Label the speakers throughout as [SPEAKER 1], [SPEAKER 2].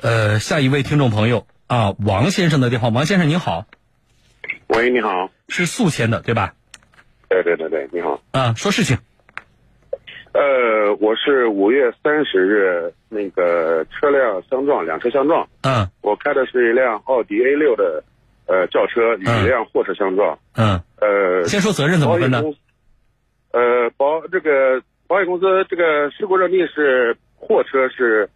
[SPEAKER 1] 呃，下一位听众朋友啊，王先生的电话，王先生您好，
[SPEAKER 2] 喂，你好。
[SPEAKER 1] 是宿迁的对吧？
[SPEAKER 2] 对对对对，你好。
[SPEAKER 1] 啊，说事情，
[SPEAKER 2] 呃，我是五月三十日那个车辆相撞，两车相撞。
[SPEAKER 1] 嗯
[SPEAKER 2] 我开的是一辆奥迪 A 六的呃轿车，与
[SPEAKER 1] 嗯
[SPEAKER 2] 一辆货车相撞。
[SPEAKER 1] 嗯，
[SPEAKER 2] 呃，
[SPEAKER 1] 先说责任怎么
[SPEAKER 2] 保
[SPEAKER 1] 分
[SPEAKER 2] 险
[SPEAKER 1] 呢？
[SPEAKER 2] 公司，呃，保这个保险公司这个事故认定是货车是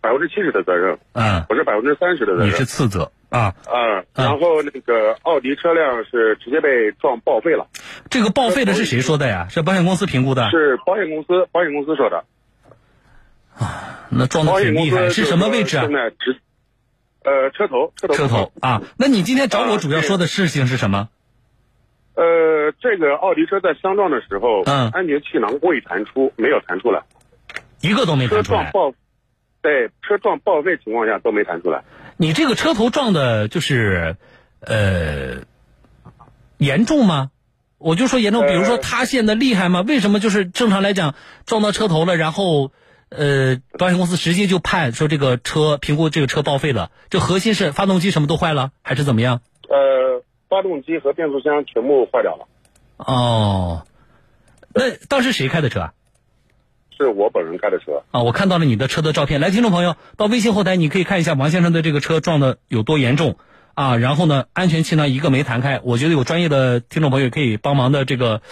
[SPEAKER 2] 百分之七十的责任，
[SPEAKER 1] 嗯，
[SPEAKER 2] 我是百分之三十的责
[SPEAKER 1] 你是
[SPEAKER 2] 任。
[SPEAKER 1] 次责啊，
[SPEAKER 2] 啊、然后那个奥迪车辆是直接被撞报废了，
[SPEAKER 1] 这个报废的是谁说的呀？是保险公司评估的？
[SPEAKER 2] 是保险公司保险公司说的。
[SPEAKER 1] 那撞的
[SPEAKER 2] 保
[SPEAKER 1] 嗯挺
[SPEAKER 2] 险公
[SPEAKER 1] 厉害，
[SPEAKER 2] 司
[SPEAKER 1] 是什么位置啊
[SPEAKER 2] 现？在直，呃，车头，车头，
[SPEAKER 1] 车头。啊？那你今天找我主要说的事情是什么？
[SPEAKER 2] 呃，这个奥迪车在相撞的时候，
[SPEAKER 1] 嗯
[SPEAKER 2] 安全气囊未弹出，没有弹出来。
[SPEAKER 1] 一个都没
[SPEAKER 2] 车
[SPEAKER 1] 看出
[SPEAKER 2] 撞
[SPEAKER 1] 来。
[SPEAKER 2] 报，对，车撞报废情况下都没弹出来。
[SPEAKER 1] 你这个车头撞的就是，呃，严重吗？我就说严重，比如说
[SPEAKER 2] 呃
[SPEAKER 1] 塌陷的厉害吗？为什么就是正常来讲撞到车头了，然后呃，保险公司直接就判说这个车评估这个车报废了，这核心是发动机什么都坏了，还是怎么样？
[SPEAKER 2] 呃，发动机和变速箱全部坏掉了，
[SPEAKER 1] 哦，那当时谁开的车啊？
[SPEAKER 2] 是我本人开的车。
[SPEAKER 1] 啊，我看到了你的车的照片。来，听众朋友，到微信后台你可以看一下王先生的这个车撞的有多严重啊。然后呢，安全气囊一个没弹开，我觉得有专业的听众朋友可以帮忙的这个，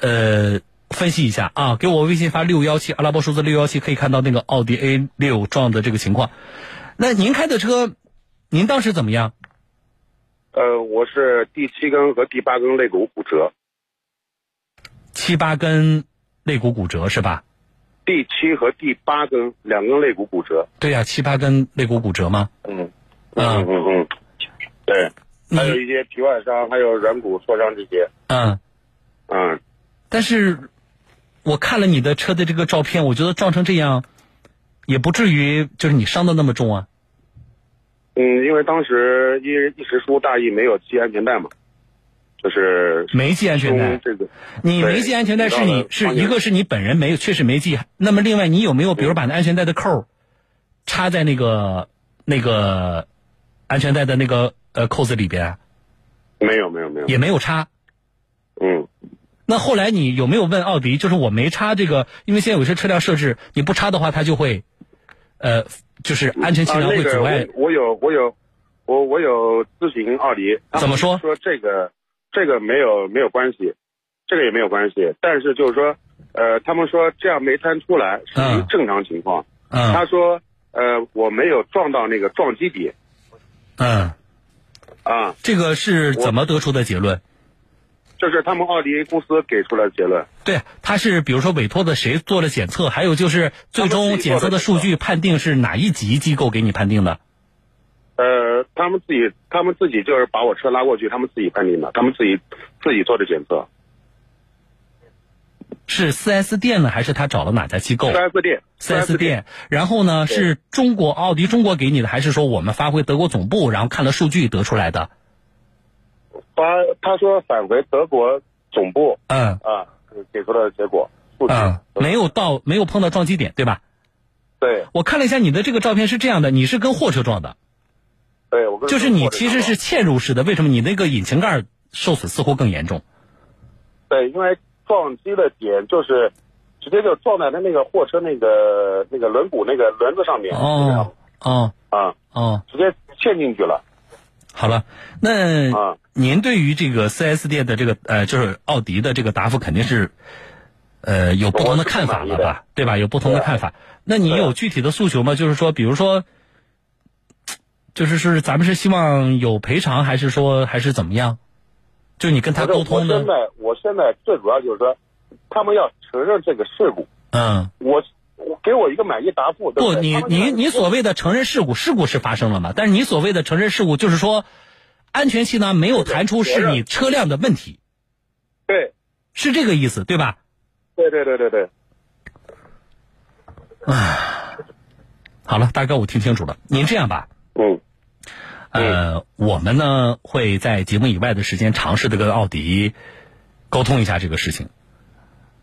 [SPEAKER 1] 呃，分析一下啊。给我微信发六幺七，阿拉伯数字六幺七，可以看到那个奥迪 A 六撞的这个情况。那您开的车，您当时怎么样？
[SPEAKER 2] 呃，我是第七根和第八根肋骨骨折，
[SPEAKER 1] 七八根肋骨骨折是吧？
[SPEAKER 2] 第七和第八根两根肋骨骨折。
[SPEAKER 1] 对呀、七八根肋骨骨折吗？
[SPEAKER 2] 嗯，
[SPEAKER 1] 嗯
[SPEAKER 2] 嗯嗯嗯，对，还有一些皮外伤，还有软骨挫伤这些。
[SPEAKER 1] 嗯。
[SPEAKER 2] 嗯，
[SPEAKER 1] 但是我看了你的车的这个照片，我觉得撞成这样，也不至于就是你伤的那么重啊。
[SPEAKER 2] 嗯，因为当时一一时疏大意，没有系安全带嘛，就是
[SPEAKER 1] 没系安全带
[SPEAKER 2] 松这个，
[SPEAKER 1] 你没系安全带是你
[SPEAKER 2] 嗯对
[SPEAKER 1] 是一个是你本人没有，确实没系。那么另外你有没有比如把那安全带的扣儿插在那个那个安全带的那个呃扣子里边啊？
[SPEAKER 2] 没有没有没有，
[SPEAKER 1] 也没有插。
[SPEAKER 2] 嗯，
[SPEAKER 1] 那后来你有没有问奥迪？就是我没插这个，因为现在有些车辆设置，你不插的话，它就会，呃，就是安全气
[SPEAKER 2] 啊
[SPEAKER 1] 囊
[SPEAKER 2] 那
[SPEAKER 1] 会
[SPEAKER 2] 个
[SPEAKER 1] 阻碍。
[SPEAKER 2] 我我有我有我我有咨询奥迪，他们
[SPEAKER 1] 怎么说
[SPEAKER 2] 说这个这个没有没有关系，这个也没有关系，但是就是说，呃，他们说这样没摊出来属于
[SPEAKER 1] 嗯
[SPEAKER 2] 正常情况，
[SPEAKER 1] 嗯
[SPEAKER 2] 他说呃我没有撞到那个撞击点
[SPEAKER 1] 嗯。
[SPEAKER 2] 啊。
[SPEAKER 1] 这个是怎么得出的结论？
[SPEAKER 2] 这是他们奥迪公司给出来的结论。
[SPEAKER 1] 对，他是比如说委托的谁做了检测，还有就是最终检测的数据判定是哪一级机构给你判定的？
[SPEAKER 2] 呃，他们自己，他们自己就是把我车拉过去，他们自己判定的，他们自己自己做的检
[SPEAKER 1] 哦
[SPEAKER 2] 测。
[SPEAKER 1] 是 4S 店呢，还是他找了哪家机构
[SPEAKER 2] 四 S 店，
[SPEAKER 1] ？4S 店，然后呢
[SPEAKER 2] 对
[SPEAKER 1] 是中国奥迪中国给你的，还是说我们发回德国总部，然后看了数据得出来的？
[SPEAKER 2] 发，他说返回德国总部
[SPEAKER 1] 嗯
[SPEAKER 2] 啊，给出的结果数据。
[SPEAKER 1] 嗯，没有到没有碰到撞击点，对吧？
[SPEAKER 2] 对
[SPEAKER 1] 我看了一下你的这个照片是这样的，你是跟货车撞的，
[SPEAKER 2] 对，我跟
[SPEAKER 1] 就是
[SPEAKER 2] 说
[SPEAKER 1] 你
[SPEAKER 2] 过这
[SPEAKER 1] 其实
[SPEAKER 2] 个
[SPEAKER 1] 是嵌入式的，为什么你那个引擎盖受损似乎更严重？
[SPEAKER 2] 对，因为撞击的点就是直接就撞在他那个货车那个那个轮毂那个轮子上面，
[SPEAKER 1] 哦哦
[SPEAKER 2] 啊，
[SPEAKER 1] 哦，
[SPEAKER 2] 直接嵌进去了
[SPEAKER 1] 好了，那
[SPEAKER 2] 啊。
[SPEAKER 1] 您对于这个 4S 店的这个呃，就是奥迪的这个答复，肯定是呃有不同的看法了
[SPEAKER 2] 我是不满
[SPEAKER 1] 吧？对吧？有不同的看法。那你有具体的诉求吗？就是说，比如说，就是是咱们是希望有赔偿，还是说还是怎么样？就你跟他沟通
[SPEAKER 2] 我
[SPEAKER 1] 的
[SPEAKER 2] 现，在我现在最主要就是说，他们要承认这个事故，
[SPEAKER 1] 嗯，
[SPEAKER 2] 我我给我一个满意答复。对
[SPEAKER 1] 不，
[SPEAKER 2] 对
[SPEAKER 1] 你
[SPEAKER 2] 他们
[SPEAKER 1] 你
[SPEAKER 2] 现在
[SPEAKER 1] 你所谓的承认事故，事故是发生了嘛？但是你所谓的承认事故，就是说安全气囊没有弹出是你车辆的问题，
[SPEAKER 2] 对
[SPEAKER 1] 是这个意思对吧？
[SPEAKER 2] 对对对对对，
[SPEAKER 1] 好了，大哥，我听清楚了。您这样吧，
[SPEAKER 2] 嗯
[SPEAKER 1] 呃，我们呢会在节目以外的时间尝试的跟奥迪沟通一下这个事情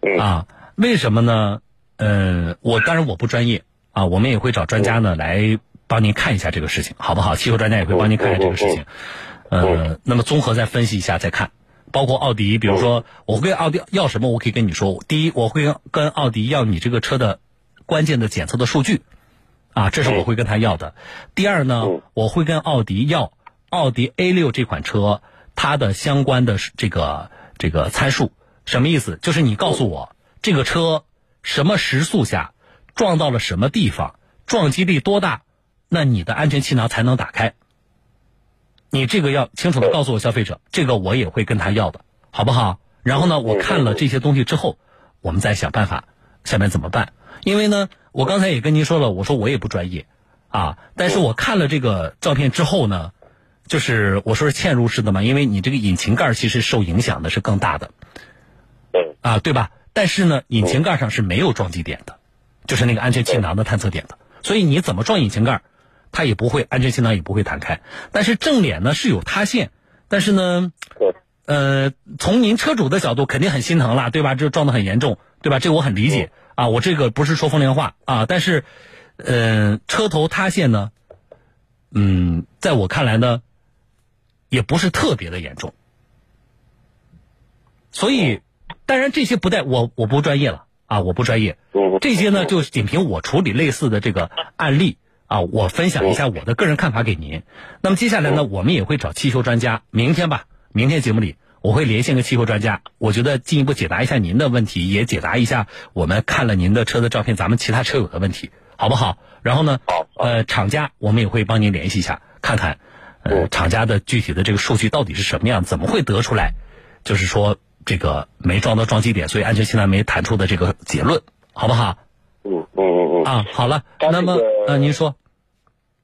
[SPEAKER 2] 嗯
[SPEAKER 1] 啊。为什么呢？呃，我当然我不专业啊，我们也会找专家呢来帮您看一下这个事情，好不好？气候专家也会帮您看一下这个事情。呃，那么综合再分析一下再看，包括奥迪，比如说我会跟奥迪要什么，我可以跟你说。第一，我会跟奥迪要你这个车的关键的检测的数据，啊，这是我会跟他要的。第二呢
[SPEAKER 2] 嗯，
[SPEAKER 1] 我会跟奥迪要奥迪 A 六这款车它的相关的这个这个参数，什么意思？就是你告诉我这个车什么时速下撞到了什么地方，撞击力多大，那你的安全气囊才能打开。你这个要清楚的告诉我消费者，这个我也会跟他要的，好不好？然后呢，我看了这些东西之后，我们再想办法下面怎么办。因为呢，我刚才也跟您说了，我说我也不专业，啊，但是我看了这个照片之后呢，就是我说是嵌入式的嘛，因为你这个引擎盖儿其实受影响的是更大的
[SPEAKER 2] 对，
[SPEAKER 1] 啊，对吧？但是呢，引擎盖上是没有撞击点的，就是那个安全气囊的探测点的，所以你怎么撞引擎盖儿，它也不会安全气囊也不会弹开。但是正脸呢是有塌陷，但是呢，
[SPEAKER 2] 对，
[SPEAKER 1] 呃，从您车主的角度肯定很心疼啦，对吧？这撞得很严重，对吧？这我很理解啊，我这个不是说风凉话啊，但是，呃，车头塌陷呢，嗯，在我看来呢，也不是特别的严重，所以，当然这些不带我我不专业了啊，我不专业，
[SPEAKER 2] 嗯，
[SPEAKER 1] 这些呢，就仅凭我处理类似的这个案例啊，我分享一
[SPEAKER 2] 嗯
[SPEAKER 1] 下我的个人看法给您。那么接下来呢，我们也会找汽修专家，明天吧，明天节目里我会连线个汽修专家，我觉得进一步解答一下您的问题，也解答一下我们看了您的车的照片，咱们其他车友的问题，好不好？然后呢
[SPEAKER 2] 好，好
[SPEAKER 1] 呃，厂家我们也会帮您联系一下，看看呃
[SPEAKER 2] 嗯
[SPEAKER 1] 厂家的具体的这个数据到底是什么样，怎么会得出来，就是说这个没撞到撞击点，所以安全气囊没弹出的这个结论，好不好？
[SPEAKER 2] 嗯嗯嗯嗯，
[SPEAKER 1] 啊，好了，
[SPEAKER 2] 但
[SPEAKER 1] 那
[SPEAKER 2] 这
[SPEAKER 1] 么
[SPEAKER 2] 个
[SPEAKER 1] 呃，您说，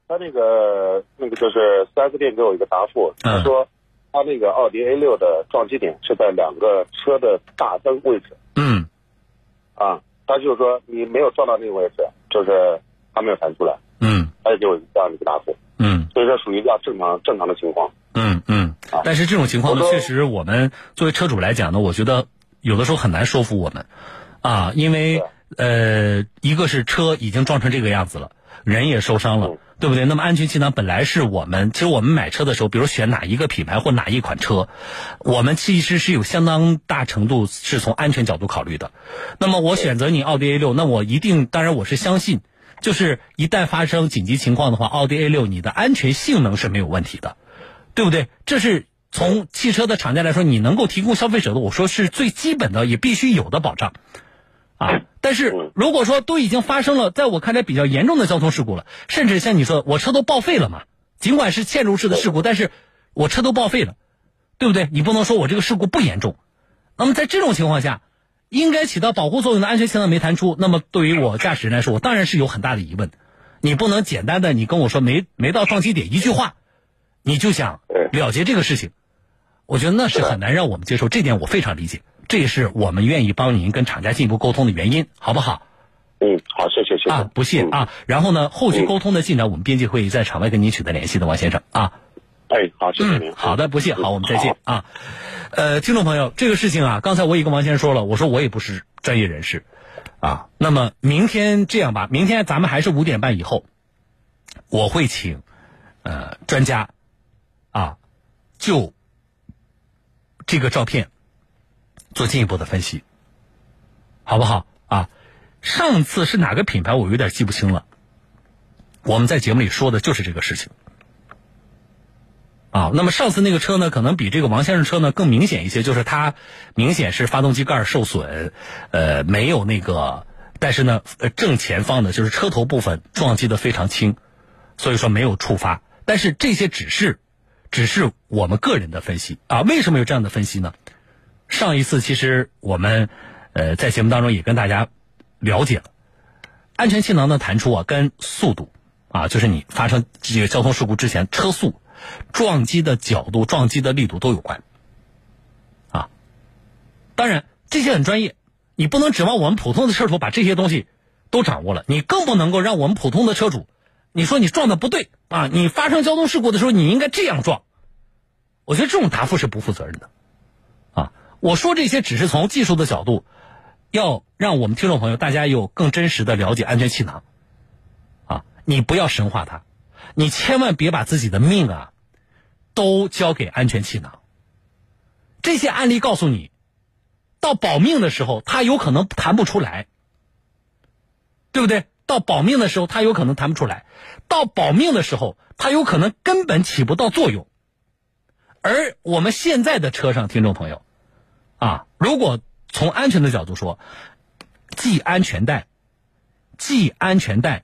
[SPEAKER 2] 他那个那个就是四 S 店给我一个答复，
[SPEAKER 1] 嗯
[SPEAKER 2] 他说他那个奥迪 A 六的撞击点是在两个车的大灯位置
[SPEAKER 1] 嗯，
[SPEAKER 2] 啊，他就是说你没有撞到那个位置，就是他没有弹出来，
[SPEAKER 1] 嗯，
[SPEAKER 2] 他就给我这样一个答复，
[SPEAKER 1] 嗯，
[SPEAKER 2] 所以说属于比较正常正常的情况。
[SPEAKER 1] 嗯，嗯，但是这种情况呢，
[SPEAKER 2] 我说
[SPEAKER 1] 确实我们作为车主来讲呢，我觉得有的时候很难说服我们，啊，因为呃，一个是车已经撞成这个样子了，人也受伤了
[SPEAKER 2] 嗯。
[SPEAKER 1] 对不对？那么安全气囊本来是我们，其实我们买车的时候，比如选哪一个品牌或哪一款车，我们其实是有相当大程度是从安全角度考虑的。那么我选择你奥迪 A 六，那我一定，当然我是相信，就是一旦发生紧急情况的话，奥迪 A 六你的安全性能是没有问题的，对不对？这是从汽车的厂家来说，你能够提供消费者的，我说是最基本的，也必须有的保障。啊。但是
[SPEAKER 2] 嗯
[SPEAKER 1] 如果说都已经发生了，在我看来比较严重的交通事故了，甚至像你说，我车都报废了嘛，尽管是嵌入式的事故，但是我车都报废了，对不对？你不能说我这个事故不严重。那么在这种情况下，应该起到保护作用的安全气囊没弹出，那么对于我驾驶人来说，我当然是有很大的疑问。你不能简单的你跟我说没没到撞击点一句话，你就想了结这个事情，我觉得那是很难让我们接受，这点我非常理解，这也是我们愿意帮您跟厂家进一步沟通的原因，好不好？
[SPEAKER 2] 嗯，好，谢谢谢谢。
[SPEAKER 1] 啊，不谢
[SPEAKER 2] 嗯。
[SPEAKER 1] 啊。然后呢，后续沟通的进展，我们编辑会议在场外跟您取得联系的，王先生啊。
[SPEAKER 2] 哎，好，谢谢
[SPEAKER 1] 嗯
[SPEAKER 2] 您。嗯
[SPEAKER 1] 好的，不谢，好，我们再见啊。呃，听众朋友，这个事情啊，刚才我也跟王先生说了，我说我也不是专业人士啊。那么明天这样吧，明天咱们还是五点半以后，我会请呃专家啊就这个照片做进一步的分析，好不好啊？上次是哪个品牌，我有点记不清了。我们在节目里说的就是这个事情。啊，那么上次那个车呢，可能比这个王先生车呢更明显一些，就是它明显是发动机盖受损，呃，没有那个，但是呢，呃，正前方的就是车头部分撞击的非常轻，所以说没有触发。但是这些只是，只是我们个人的分析啊。为什么有这样的分析呢？上一次其实我们呃在节目当中也跟大家了解了，安全气囊的弹出啊跟速度啊，就是你发生这个交通事故之前车速、撞击的角度、撞击的力度都有关啊。当然这些很专业，你不能指望我们普通的车主把这些东西都掌握了，你更不能够让我们普通的车主。你说你撞的不对啊！你发生交通事故的时候，你应该这样撞。我觉得这种答复是不负责任的。啊，我说这些只是从技术的角度，要让我们听众朋友大家有更真实的了解安全气囊。啊，你不要神化它，你千万别把自己的命啊都交给安全气囊。这些案例告诉你，到保命的时候，他有可能弹不出来，对不对？到保命的时候，他有可能弹不出来；到保命的时候，他有可能根本起不到作用。而我们现在的车上，听众朋友，啊，如果从安全的角度说，系安全带，系安全带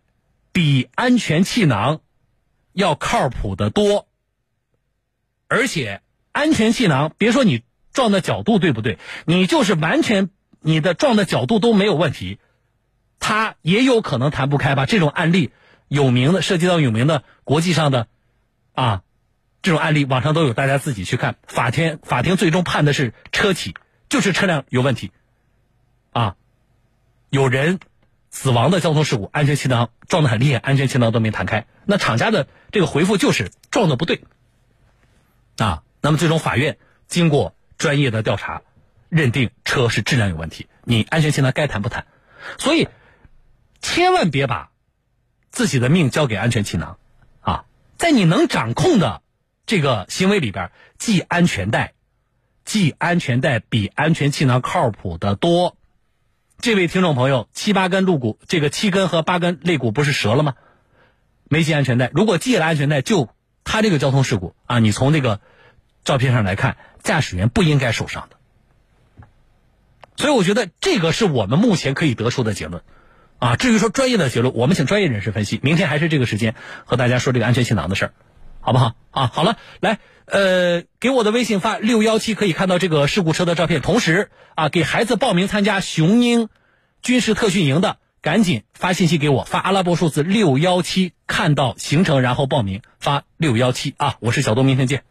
[SPEAKER 1] 比安全气囊要靠谱的多。而且，安全气囊，别说你撞的角度对不对，你就是完全你的撞的角度都没有问题。他也有可能弹不开吧？这种案例有名的，涉及到有名的国际上的啊，这种案例网上都有，大家自己去看。法庭法庭最终判的是车企，就是车辆有问题，啊，有人死亡的交通事故，安全气囊撞得很厉害，安全气囊都没弹开。那厂家的这个回复就是撞的不对，啊，那么最终法院经过专业的调查，认定车是质量有问题，你安全气囊该弹不弹，所以。千万别把自己的命交给安全气囊，啊，在你能掌控的这个行为里边，系安全带，系安全带比安全气囊靠谱的多。这位听众朋友，七八根肋骨，这个七根和八根肋骨不是折了吗？没系安全带，如果系了安全带，就他这个交通事故啊，你从这个照片上来看，驾驶员不应该受伤的。所以我觉得这个是我们目前可以得出的结论。啊，至于说专业的结论，我们请专业人士分析。明天还是这个时间和大家说这个安全气囊的事儿，好不好？啊，好了，来，呃，给我的微信发六幺七，可以看到这个事故车的照片。同时啊，给孩子报名参加雄鹰军事特训营的，赶紧发信息给我，发阿拉伯数字六幺七，看到行程然后报名，发六幺七啊！我是小东，明天见。